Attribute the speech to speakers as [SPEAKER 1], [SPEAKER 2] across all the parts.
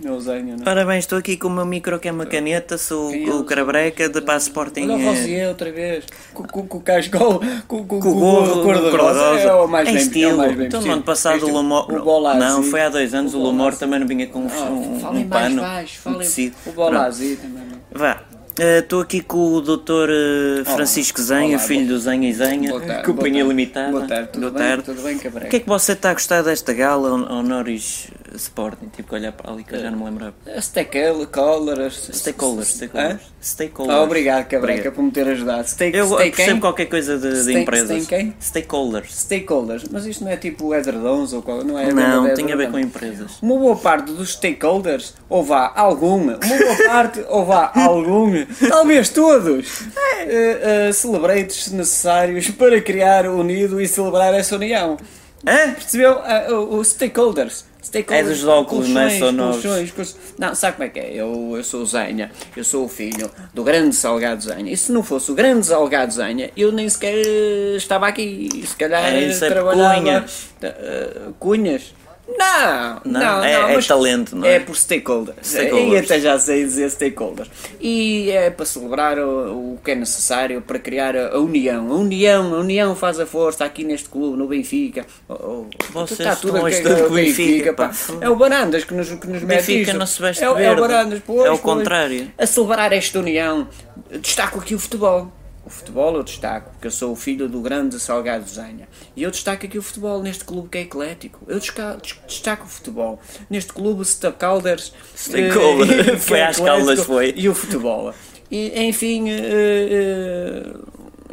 [SPEAKER 1] Não usenho, não.
[SPEAKER 2] Ora bem, estou aqui com o meu micro que é uma caneta, sou
[SPEAKER 1] Quem é
[SPEAKER 2] o
[SPEAKER 1] o-
[SPEAKER 2] Crabreca de Passo Sporting.
[SPEAKER 1] Olha é o
[SPEAKER 2] eh,
[SPEAKER 1] Rosier outra vez. Com, com, com o cascol, com, com,
[SPEAKER 2] Com o gorro
[SPEAKER 1] cor-de-rosa.
[SPEAKER 2] cor de rosa.
[SPEAKER 1] É o mais
[SPEAKER 2] Em
[SPEAKER 1] bem,
[SPEAKER 2] estilo.
[SPEAKER 1] é o mais bem
[SPEAKER 2] então, no
[SPEAKER 1] vestido.
[SPEAKER 2] ano passado
[SPEAKER 1] Este, é
[SPEAKER 2] o Lamor.
[SPEAKER 1] o Bolazzi.
[SPEAKER 2] não, foi há dois anos. O,
[SPEAKER 1] Bolazzi.
[SPEAKER 2] Lamor também não vinha com um,
[SPEAKER 1] Ah,
[SPEAKER 2] um-
[SPEAKER 1] falem
[SPEAKER 2] um
[SPEAKER 1] mais
[SPEAKER 2] pano.
[SPEAKER 1] baixo,
[SPEAKER 2] um
[SPEAKER 1] falem-
[SPEAKER 2] tecido.
[SPEAKER 1] O Bolazzi também. né?
[SPEAKER 2] Pronto. Vá. Eh, Estou aqui com o Dr. eh, Francisco Zenha,
[SPEAKER 1] Olá,
[SPEAKER 2] filho do Zenha e Zenha,
[SPEAKER 1] Boa tarde,
[SPEAKER 2] Companhia
[SPEAKER 1] boa tarde.
[SPEAKER 2] Limitada.
[SPEAKER 1] Boa tarde, tudo bem?
[SPEAKER 2] tarde.
[SPEAKER 1] Tudo bem, Cabreca?
[SPEAKER 2] O que é que você está a gostar desta gala hon- honoris Sporting? Tipo que olhar para ali que eu já não me lembrava.
[SPEAKER 1] Eh, Stakeholders.
[SPEAKER 2] Stakeholders, stakeholders.
[SPEAKER 1] Hã?
[SPEAKER 2] Stakeholders.
[SPEAKER 1] Ah, obrigado, Cabreca, por me ter ajudado. Stake,
[SPEAKER 2] Eu
[SPEAKER 1] stake
[SPEAKER 2] percebo
[SPEAKER 1] quem?
[SPEAKER 2] qualquer coisa de, de
[SPEAKER 1] Stake-
[SPEAKER 2] empresas.
[SPEAKER 1] stake quem?
[SPEAKER 2] Stakeholders.
[SPEAKER 1] Stakeholders. Mas isto não é tipo edredons ou qual? Não, é
[SPEAKER 2] Não,
[SPEAKER 1] edredom,
[SPEAKER 2] tem a ver
[SPEAKER 1] edredom.
[SPEAKER 2] com empresas.
[SPEAKER 1] Uma boa parte dos stakeholders, ou vá alguma, uma boa parte, ou vá algum, talvez todos, eh, eh, celebrei-te se necessários para criar unido e celebrar essa união.
[SPEAKER 2] Hã?
[SPEAKER 1] Percebeu? Ah, o- os stakeholders. stakeholders
[SPEAKER 2] É dos óculos, não é?
[SPEAKER 1] colchões,
[SPEAKER 2] São novos.
[SPEAKER 1] colchões, colchões. Não, sabe como é que é? Eu, eu sou o Zenha, eu sou o filho do grande Salgado Zenha. E se não fosse o grande Salgado Zenha, eu nem sequer eh, estava aqui. Se calhar
[SPEAKER 2] É,
[SPEAKER 1] eh,
[SPEAKER 2] isso é
[SPEAKER 1] trabalhava...
[SPEAKER 2] cunhas.
[SPEAKER 1] Eh, cunhas? Não, não,
[SPEAKER 2] Não,
[SPEAKER 1] não,
[SPEAKER 2] é- é
[SPEAKER 1] mas
[SPEAKER 2] talento, não é?
[SPEAKER 1] por stakeholders.
[SPEAKER 2] Stakeholders.
[SPEAKER 1] E até já sei dizer stakeholders. E é para celebrar o, o que é necessário para criar a, a união. A união, a união faz a força aqui neste clube, no Benfica. Oh, oh,
[SPEAKER 2] Vocês
[SPEAKER 1] está tudo
[SPEAKER 2] estão a
[SPEAKER 1] aqui
[SPEAKER 2] estudar
[SPEAKER 1] no
[SPEAKER 2] com o Benfica, pá.
[SPEAKER 1] É o Barandas que nos, que nos mete
[SPEAKER 2] Benfica
[SPEAKER 1] isto.
[SPEAKER 2] não se veste
[SPEAKER 1] é, o- é o
[SPEAKER 2] verde.
[SPEAKER 1] Barandas, pois,
[SPEAKER 2] É o
[SPEAKER 1] pois.
[SPEAKER 2] contrário.
[SPEAKER 1] A celebrar esta união, destaco aqui o futebol. O futebol eu destaco, porque eu sou o filho do grande Salgado Zenha. E eu destaco aqui o futebol neste clube que é eclético. Eu desca- des- destaco o futebol. Neste clube, Stakeholders.
[SPEAKER 2] Stakeholders.
[SPEAKER 1] eh, que
[SPEAKER 2] Foi
[SPEAKER 1] é
[SPEAKER 2] às Caldas,
[SPEAKER 1] eclético,
[SPEAKER 2] foi.
[SPEAKER 1] E o futebol. E, enfim, eh, eh,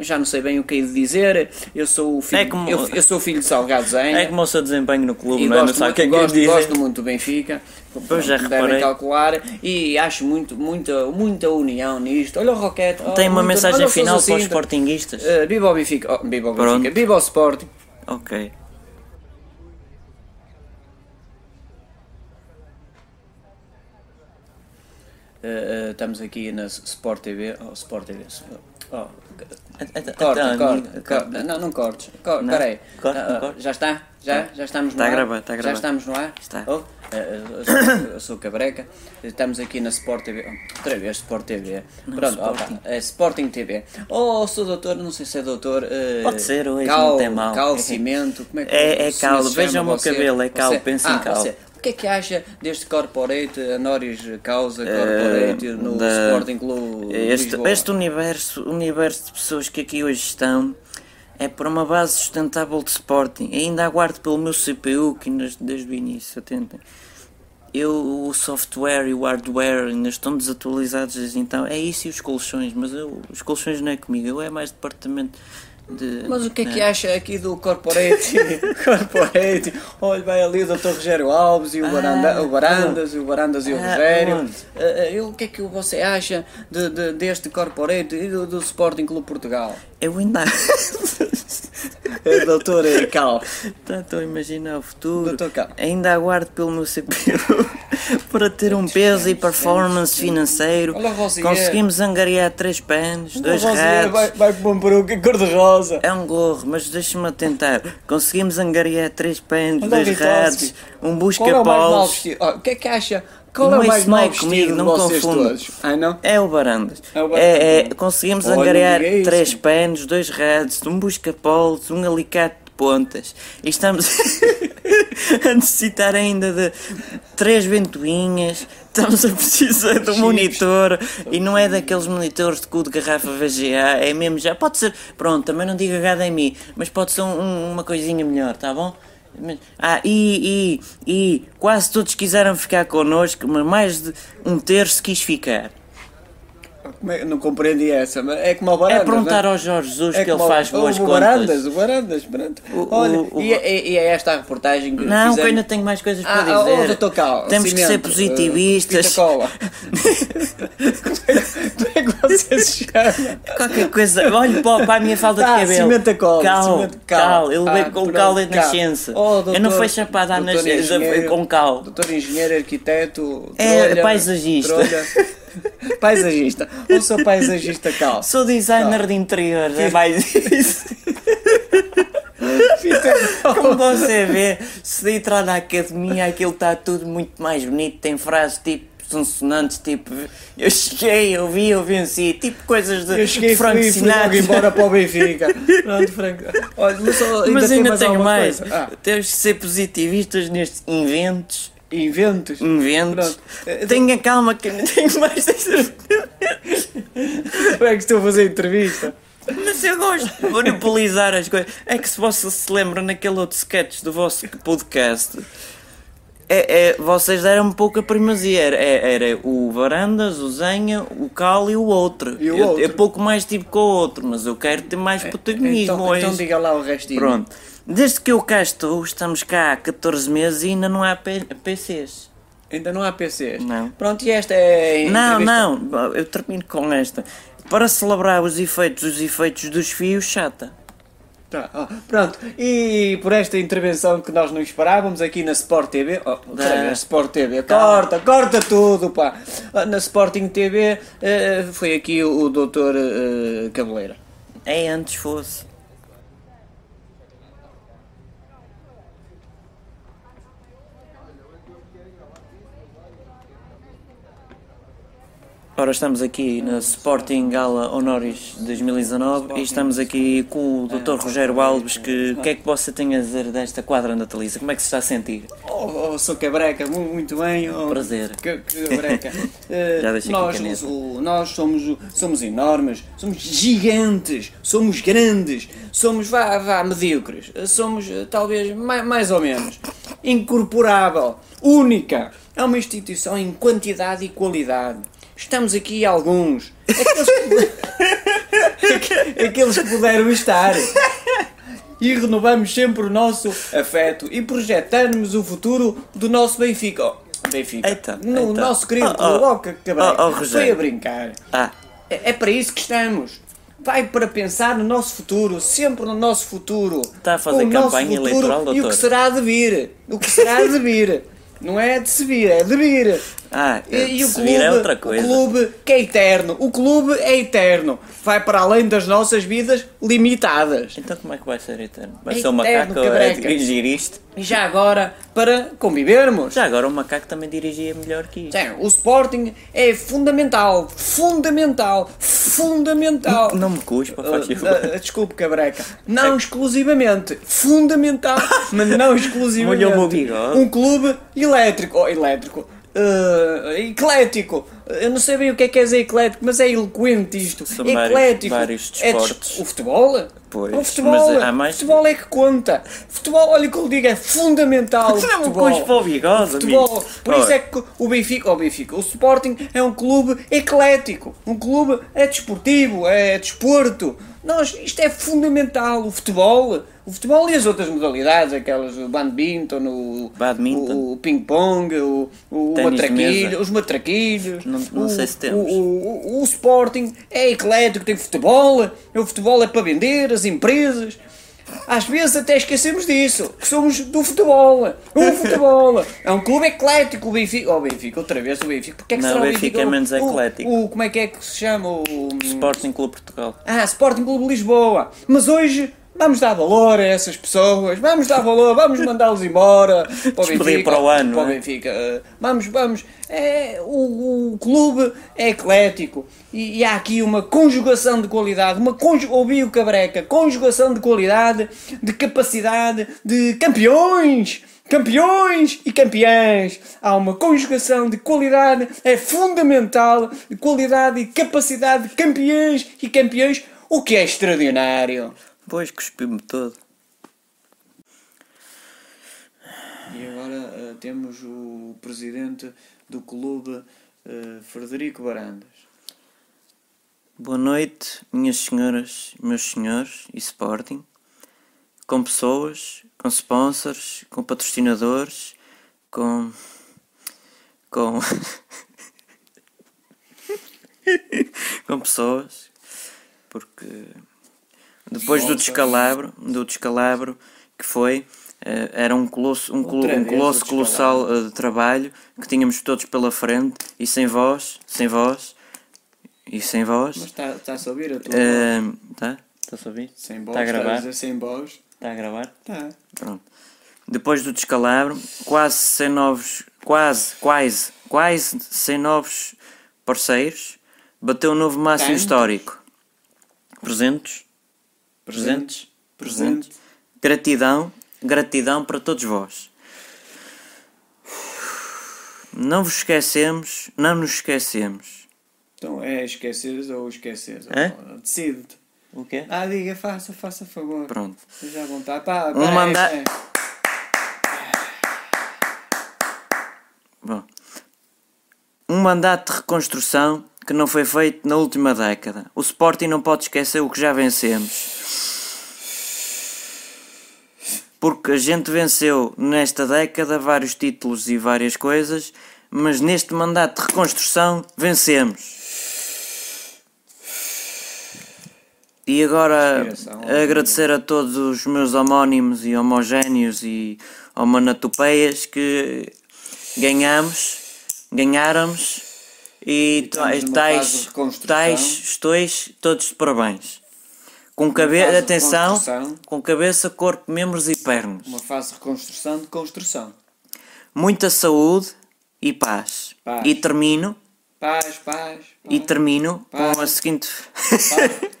[SPEAKER 1] já não sei bem o que hei de dizer. Eu sou o filho,
[SPEAKER 2] É como-
[SPEAKER 1] eu, eu sou o filho de Salgado Zenha.
[SPEAKER 2] É como o seu desempenho no clube,
[SPEAKER 1] E
[SPEAKER 2] não é? Não
[SPEAKER 1] gosto,
[SPEAKER 2] sabe o que é que
[SPEAKER 1] muito,
[SPEAKER 2] eu
[SPEAKER 1] gosto,
[SPEAKER 2] dizer.
[SPEAKER 1] gosto muito do Benfica,
[SPEAKER 2] Pois, já
[SPEAKER 1] como
[SPEAKER 2] reparei.
[SPEAKER 1] devem calcular, e acho muito, muita, muita união nisto. Olha o Roquete.
[SPEAKER 2] Tem
[SPEAKER 1] oh,
[SPEAKER 2] uma
[SPEAKER 1] muito-
[SPEAKER 2] mensagem
[SPEAKER 1] olha o Sousa
[SPEAKER 2] final para os
[SPEAKER 1] Sintra.
[SPEAKER 2] sportinguistas?
[SPEAKER 1] Eh, viva o Benfica, oh, viva o
[SPEAKER 2] Pronto.
[SPEAKER 1] Benfica, viva o Eh, Sporting.
[SPEAKER 2] Ok.
[SPEAKER 1] Eh, eh, estamos aqui na Sport TV, oh, Sport TV. Oh,
[SPEAKER 2] Então,
[SPEAKER 1] corta,
[SPEAKER 2] então,
[SPEAKER 1] corta, corta. Não, não cortes. Cor,
[SPEAKER 2] Não. Tá
[SPEAKER 1] peraí.
[SPEAKER 2] Corta,
[SPEAKER 1] Ah, ah,
[SPEAKER 2] corta.
[SPEAKER 1] Já está? Já? Já estamos no
[SPEAKER 2] Está a
[SPEAKER 1] ar?
[SPEAKER 2] gravar, está a gravar.
[SPEAKER 1] Já estamos no ar?
[SPEAKER 2] Está.
[SPEAKER 1] Oh, ah, eu sou- eu sou Cabreca. Estamos aqui na Sport TV. Oh, Outra vez Sport TV. Pronto,
[SPEAKER 2] Sporting.
[SPEAKER 1] opa, é Sporting TV. Oh, sou doutor, não sei se é doutor. eh,
[SPEAKER 2] Pode ser, hoje
[SPEAKER 1] cal,
[SPEAKER 2] não tem mal.
[SPEAKER 1] Cal, cimento, como é que
[SPEAKER 2] É- é
[SPEAKER 1] se
[SPEAKER 2] cal,
[SPEAKER 1] chama
[SPEAKER 2] veja o meu
[SPEAKER 1] você?
[SPEAKER 2] cabelo, é cal,
[SPEAKER 1] Você-
[SPEAKER 2] pensa em
[SPEAKER 1] Ah,
[SPEAKER 2] cal.
[SPEAKER 1] você. O que é que acha deste corporate, honoris causa corporate, no
[SPEAKER 2] Eh, da-
[SPEAKER 1] Sporting Clube de
[SPEAKER 2] É Este,
[SPEAKER 1] Lisboa?
[SPEAKER 2] este universo, universo de pessoas que aqui hoje estão, é por uma base sustentável de Sporting. Ainda aguardo pelo meu CPU, que nas- desde o início, atentem. Eu, o software e o hardware ainda estão desatualizados, então é isso e os colchões, mas eu, os colchões não é comigo, eu é mais departamento de.
[SPEAKER 1] Mas o que é que acha aqui do Corporate? corporate. Olha, vai ali o Dr. Rogério Alves e o, Baranda- o Barandas, e o Barandas e o
[SPEAKER 2] Ah,
[SPEAKER 1] Rogério.
[SPEAKER 2] onde?
[SPEAKER 1] Ah, ah, e o que é que você acha de- de- deste Corporate e do, do Sporting Clube Portugal?
[SPEAKER 2] Eu ainda.
[SPEAKER 1] É, doutor Cal.
[SPEAKER 2] Tanto a imaginar o futuro.
[SPEAKER 1] Doutor Cal.
[SPEAKER 2] Ainda aguardo pelo meu CPU para ter um peso e performance financeiro.
[SPEAKER 1] Olha o Rosier.
[SPEAKER 2] Conseguimos angariar três panos, dois
[SPEAKER 1] Vai,
[SPEAKER 2] ratos.
[SPEAKER 1] vai com uma peruca cor-de-rosa.
[SPEAKER 2] É um gorro, mas deixa-me atentar. Conseguimos angariar três panos,
[SPEAKER 1] Olha o
[SPEAKER 2] dois
[SPEAKER 1] Vitovski.
[SPEAKER 2] ratos, um
[SPEAKER 1] Qual é o mais mal
[SPEAKER 2] busca-polos.
[SPEAKER 1] vestido? Ah, O que é que acha? Qual é
[SPEAKER 2] Não
[SPEAKER 1] o
[SPEAKER 2] é
[SPEAKER 1] mais
[SPEAKER 2] isso, não é
[SPEAKER 1] mal vestido
[SPEAKER 2] comigo,
[SPEAKER 1] de
[SPEAKER 2] não
[SPEAKER 1] vocês
[SPEAKER 2] confundo.
[SPEAKER 1] todos? Ah, não?
[SPEAKER 2] É o Barandas.
[SPEAKER 1] É o Barandas.
[SPEAKER 2] É, é, conseguimos
[SPEAKER 1] Olha,
[SPEAKER 2] angariar
[SPEAKER 1] não diga isso.
[SPEAKER 2] três panos, dois ratos, um busca-polos, um alicate de pontas. E estamos a necessitar ainda de três ventoinhas. Estamos a precisar de um monitor. E não é daqueles
[SPEAKER 1] Uhum.
[SPEAKER 2] monitores de cu de garrafa VGA. É mesmo já. Pode ser. Pronto, também não digo HDMI, mas pode ser um- um- uma coisinha melhor, tá bom? Mas- Ah, e, e, e quase todos quiseram ficar connosco, mas mais de um terço quis ficar.
[SPEAKER 1] Como é- Não compreendi essa, mas é como o
[SPEAKER 2] É
[SPEAKER 1] Barandas.
[SPEAKER 2] perguntar
[SPEAKER 1] não
[SPEAKER 2] ao Jorge Jesus
[SPEAKER 1] É
[SPEAKER 2] que ele
[SPEAKER 1] como
[SPEAKER 2] faz
[SPEAKER 1] o-
[SPEAKER 2] boas
[SPEAKER 1] o
[SPEAKER 2] contas.
[SPEAKER 1] Barandas, o Barandas, pronto.
[SPEAKER 2] O-
[SPEAKER 1] Olha,
[SPEAKER 2] o- o-
[SPEAKER 1] e, é- e é esta a reportagem que
[SPEAKER 2] Não, que eu
[SPEAKER 1] fizemos.
[SPEAKER 2] ainda tenho mais coisas para
[SPEAKER 1] Ah, ah,
[SPEAKER 2] dizer.
[SPEAKER 1] oh, Dr. Cal,
[SPEAKER 2] Temos que ser
[SPEAKER 1] cimento, eh,
[SPEAKER 2] positivistas.
[SPEAKER 1] fita cola. Como é que você se chama?
[SPEAKER 2] Qualquer coisa, olha para, para a minha falta
[SPEAKER 1] Ah,
[SPEAKER 2] de cabelo.
[SPEAKER 1] cimento a cola,
[SPEAKER 2] Cal,
[SPEAKER 1] cimento a
[SPEAKER 2] cal.
[SPEAKER 1] cal.
[SPEAKER 2] Eu
[SPEAKER 1] Ah,
[SPEAKER 2] levei com
[SPEAKER 1] pronto,
[SPEAKER 2] cal de
[SPEAKER 1] cal.
[SPEAKER 2] nascença.
[SPEAKER 1] Oh,
[SPEAKER 2] eu não
[SPEAKER 1] doutor-
[SPEAKER 2] fui chapada à
[SPEAKER 1] doutor
[SPEAKER 2] nascença
[SPEAKER 1] engenheiro-
[SPEAKER 2] com cal.
[SPEAKER 1] Doutor engenheiro, arquiteto,
[SPEAKER 2] É,
[SPEAKER 1] trolha,
[SPEAKER 2] paisagista.
[SPEAKER 1] trolha. paisagista. Ou sou paisagista cal?
[SPEAKER 2] Sou designer de interior, é mais isso.
[SPEAKER 1] Fita de bolo.
[SPEAKER 2] Como você vê, se de entrar na academia aquilo está tudo muito mais bonito, tem frases tipo consonantes, tipo eu cheguei, eu vi, eu venci, tipo coisas de,
[SPEAKER 1] Eu cheguei
[SPEAKER 2] de Frank
[SPEAKER 1] fui, fui logo
[SPEAKER 2] Sinatra.
[SPEAKER 1] embora para o Benfica. Pronto, Franco. Olha, mas, só,
[SPEAKER 2] Mas
[SPEAKER 1] tem
[SPEAKER 2] ainda
[SPEAKER 1] mais
[SPEAKER 2] tenho
[SPEAKER 1] alguma
[SPEAKER 2] mais.
[SPEAKER 1] coisa? Ah,
[SPEAKER 2] Temos que ser positivistas nestes inventos.
[SPEAKER 1] inventos.
[SPEAKER 2] Hum. Inventos.
[SPEAKER 1] Pronto. É,
[SPEAKER 2] Tenha calma que não tenho mais dessas.
[SPEAKER 1] Como é que estou a fazer entrevista?
[SPEAKER 2] Mas eu gosto de monopolizar as coisas. É que se vocês se lembram naquele outro sketch do vosso podcast, é, é- vocês deram um pouco a primazia. Era, é- era o Varandas, o Zenha, o Cal e o outro.
[SPEAKER 1] E o
[SPEAKER 2] Eu-
[SPEAKER 1] outro.
[SPEAKER 2] É pouco mais tipo que o outro, mas eu quero ter mais protagonismo
[SPEAKER 1] então,
[SPEAKER 2] hoje.
[SPEAKER 1] então diga lá o restinho.
[SPEAKER 2] é Pronto. Desde que eu cá estou, estamos cá há 14 meses e ainda não há P- PCs.
[SPEAKER 1] Ainda não há PCs?
[SPEAKER 2] Não.
[SPEAKER 1] Pronto, e esta é. a
[SPEAKER 2] Não,
[SPEAKER 1] entrevista?
[SPEAKER 2] não, eu termino com esta. Para celebrar os efeitos, os efeitos dos fios, chata.
[SPEAKER 1] Tá, ó, pronto, e por esta intervenção que nós não esperávamos aqui na Sport TV. Oh, outra
[SPEAKER 2] Da-
[SPEAKER 1] vez, Sport TV,
[SPEAKER 2] Ah, Calma.
[SPEAKER 1] corta, corta tudo, pá! Ah, Na Sporting TV eh, foi aqui o, o doutor eh, Cabeleira.
[SPEAKER 2] É antes fosse. Ora, estamos aqui na Sporting Gala Honoris 2019 e estamos aqui com o Dr. Rogério Alves. Que, o que é que você tem a dizer desta quadra natalícia? Como é que se está a sentir?
[SPEAKER 1] Oh, oh sou Cabreca, mu- muito bem. Oh,
[SPEAKER 2] Prazer.
[SPEAKER 1] Ca- Cabreca. Eh,
[SPEAKER 2] Já deixei aqui a
[SPEAKER 1] nós,
[SPEAKER 2] caneta.
[SPEAKER 1] somos o- nós somos, o- somos enormes, somos gigantes, somos grandes, somos, vá, vá, medíocres, eh, somos eh, talvez mais, mais ou menos incorporável, única. É uma instituição em quantidade e qualidade. Estamos aqui alguns. Aqueles que, aqueles que puderam estar e renovamos sempre o nosso afeto e projetamos o futuro do nosso Benfica. Oh, Benfica.
[SPEAKER 2] Eita,
[SPEAKER 1] no
[SPEAKER 2] eita.
[SPEAKER 1] nosso querido
[SPEAKER 2] Oh, oh.
[SPEAKER 1] Coloca Cabral.
[SPEAKER 2] Oh, oh,
[SPEAKER 1] foi
[SPEAKER 2] Rogério.
[SPEAKER 1] a brincar.
[SPEAKER 2] Ah,
[SPEAKER 1] É, é para isso que estamos. Vai para pensar no nosso futuro, sempre no nosso futuro.
[SPEAKER 2] Está Tá a fazer
[SPEAKER 1] O nosso
[SPEAKER 2] campanha
[SPEAKER 1] futuro
[SPEAKER 2] eleitoral,
[SPEAKER 1] E o
[SPEAKER 2] doutor?
[SPEAKER 1] que será de vir? O que será de vir? Não é de se vir, é de vir.
[SPEAKER 2] Ah,
[SPEAKER 1] e, e
[SPEAKER 2] de
[SPEAKER 1] o
[SPEAKER 2] se
[SPEAKER 1] clube,
[SPEAKER 2] vir é outra coisa.
[SPEAKER 1] O clube que é eterno. O clube é eterno. Vai para além das nossas vidas limitadas.
[SPEAKER 2] então como é que vai ser eterno? Vai
[SPEAKER 1] É
[SPEAKER 2] ser o macaco
[SPEAKER 1] eterno,
[SPEAKER 2] a
[SPEAKER 1] cabreca.
[SPEAKER 2] dirigir isto?
[SPEAKER 1] E já agora, para convivermos.
[SPEAKER 2] Já agora o macaco também dirigia melhor que isto.
[SPEAKER 1] Sim, o Sporting é fundamental, fundamental, fundamental.
[SPEAKER 2] Não me cuspa, Um faz
[SPEAKER 1] Uh,
[SPEAKER 2] favor.
[SPEAKER 1] uh, desculpe, cabreca.
[SPEAKER 2] É
[SPEAKER 1] Não exclusivamente. Fundamental, mas não exclusivamente.
[SPEAKER 2] Molhou-me o bigode.
[SPEAKER 1] Um clube elétrico. Oh, elétrico. Uh, eclético. Eu não sei bem o que é que é dizer eclético, mas é eloquente isto.
[SPEAKER 2] São vários-
[SPEAKER 1] eclético.
[SPEAKER 2] vários
[SPEAKER 1] É des-
[SPEAKER 2] desportos.
[SPEAKER 1] o futebol?
[SPEAKER 2] Pois,
[SPEAKER 1] o futebol,
[SPEAKER 2] mas há mais-
[SPEAKER 1] futebol é que conta. Futebol, olha o que eu digo, é fundamental. o
[SPEAKER 2] Não é um me
[SPEAKER 1] futebol.
[SPEAKER 2] cuspa o bigode,
[SPEAKER 1] futebol.
[SPEAKER 2] oh, amigo.
[SPEAKER 1] Por isso
[SPEAKER 2] Olha.
[SPEAKER 1] é que o Benfica, o Benfica, o Sporting é um clube eclético, um clube é desportivo, é desporto. Nós, isto é fundamental, o futebol, o futebol e as outras modalidades, aquelas o badminton, o,
[SPEAKER 2] Badminton.
[SPEAKER 1] o, o ping-pong, o, o
[SPEAKER 2] Ténis de
[SPEAKER 1] matraquilho,
[SPEAKER 2] mesa.
[SPEAKER 1] os matraquilhos.
[SPEAKER 2] Não- não
[SPEAKER 1] o-
[SPEAKER 2] sei se temos.
[SPEAKER 1] o- o, o Sporting é eclético, tem futebol, o futebol é para vender, as empresas. Às vezes até esquecemos disso, que somos do futebol. O futebol é um clube eclético, o Benfica. Oh, Benfica, outra vez o Benfica. Porque é que
[SPEAKER 2] Não,
[SPEAKER 1] será
[SPEAKER 2] o Benfica é menos
[SPEAKER 1] O-
[SPEAKER 2] eclético.
[SPEAKER 1] O, como é que é que se chama? O,
[SPEAKER 2] Sporting Clube Portugal.
[SPEAKER 1] ah, Sporting Clube de Lisboa. Mas hoje vamos dar valor a essas pessoas, vamos dar valor, vamos mandá-los embora para o
[SPEAKER 2] Despedir
[SPEAKER 1] Benfica.
[SPEAKER 2] para o ano,
[SPEAKER 1] Para o
[SPEAKER 2] não é?
[SPEAKER 1] Benfica. eh, Vamos, vamos. É, o, o clube é eclético e, e há aqui uma conjugação de qualidade, uma conju- ouvi o Cabreca, conjugação de qualidade, de capacidade, de campeões. Campeões e campeãs. Há uma conjugação de qualidade, é fundamental, de qualidade e capacidade de campeões e campeões, o que é extraordinário.
[SPEAKER 2] Pois, cuspi-me todo.
[SPEAKER 1] E agora eh, temos o presidente do clube, eh, Frederico Barandas.
[SPEAKER 2] Boa noite, minhas senhoras, meus senhores e Sporting. Com pessoas, com sponsors, com patrocinadores, com. com. com pessoas, porque depois do descalabro, do descalabro que foi, eh, era um colosso, um colo-
[SPEAKER 1] Outra
[SPEAKER 2] um
[SPEAKER 1] vez o
[SPEAKER 2] colosso
[SPEAKER 1] descalabro.
[SPEAKER 2] colossal eh, de trabalho que tínhamos todos pela frente e sem voz, sem voz e sem voz.
[SPEAKER 1] Mas está-se tá, a ouvir a tua voz?
[SPEAKER 2] Está? Tá? Está a ouvir?
[SPEAKER 1] Sem
[SPEAKER 2] Eh, Tá a
[SPEAKER 1] voz,
[SPEAKER 2] gravar?
[SPEAKER 1] dizer sem voz.
[SPEAKER 2] Está a gravar?
[SPEAKER 1] Tá.
[SPEAKER 2] Pronto. Depois do descalabro, quase sem novos. Quase, quase, quase sem novos parceiros, bateu um novo máximo
[SPEAKER 1] Tantos.
[SPEAKER 2] histórico. Presentes? Presentes? Presentes. Gratidão, gratidão para todos vós. Não vos esquecemos, não nos esquecemos.
[SPEAKER 1] Então é esqueceres ou esqueceres.
[SPEAKER 2] É?
[SPEAKER 1] Ou- Decide-te.
[SPEAKER 2] O quê?
[SPEAKER 1] Ah, diga, faça, faça favor.
[SPEAKER 2] Pronto.
[SPEAKER 1] Seja à vontade. Pá, pá,
[SPEAKER 2] Um manda-
[SPEAKER 1] é, é.
[SPEAKER 2] Bom. Um mandato de reconstrução que não foi feito na última década. O Sporting não pode esquecer o que já vencemos. Porque a gente venceu nesta década vários títulos e várias coisas, mas neste mandato de reconstrução vencemos. E agora
[SPEAKER 1] Respiração.
[SPEAKER 2] agradecer a todos os meus homónimos e homogéneos e homonatopeias que ganhamos, ganháramos e,
[SPEAKER 1] estamos
[SPEAKER 2] ta-
[SPEAKER 1] numa fase de
[SPEAKER 2] tais,
[SPEAKER 1] reconstrução.
[SPEAKER 2] tais, estais todos de parabéns. Com cabeça,
[SPEAKER 1] fase de
[SPEAKER 2] atenção,
[SPEAKER 1] reconstrução.
[SPEAKER 2] com cabeça, corpo, membros e pernas.
[SPEAKER 1] Uma fase de reconstrução de construção.
[SPEAKER 2] Muita saúde e paz.
[SPEAKER 1] Paz.
[SPEAKER 2] E termino,
[SPEAKER 1] Paz, paz.
[SPEAKER 2] e
[SPEAKER 1] paz.
[SPEAKER 2] termino
[SPEAKER 1] Paz.
[SPEAKER 2] com a seguinte.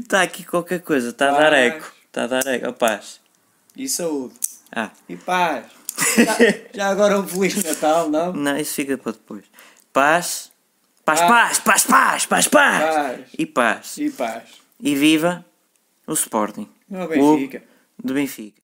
[SPEAKER 2] Está aqui qualquer coisa, está a dar
[SPEAKER 1] Paz.
[SPEAKER 2] eco. Está a dar eco, a paz.
[SPEAKER 1] E saúde.
[SPEAKER 2] Ah.
[SPEAKER 1] E paz. Já, já agora um Feliz Natal, não?
[SPEAKER 2] Não, isso fica para depois. Paz. Paz, paz,
[SPEAKER 1] Paz.
[SPEAKER 2] paz, paz, paz, paz.
[SPEAKER 1] Ah. Paz.
[SPEAKER 2] E paz.
[SPEAKER 1] E paz.
[SPEAKER 2] E viva o Sporting.
[SPEAKER 1] Não,
[SPEAKER 2] Clube
[SPEAKER 1] Benfica.
[SPEAKER 2] Do Benfica.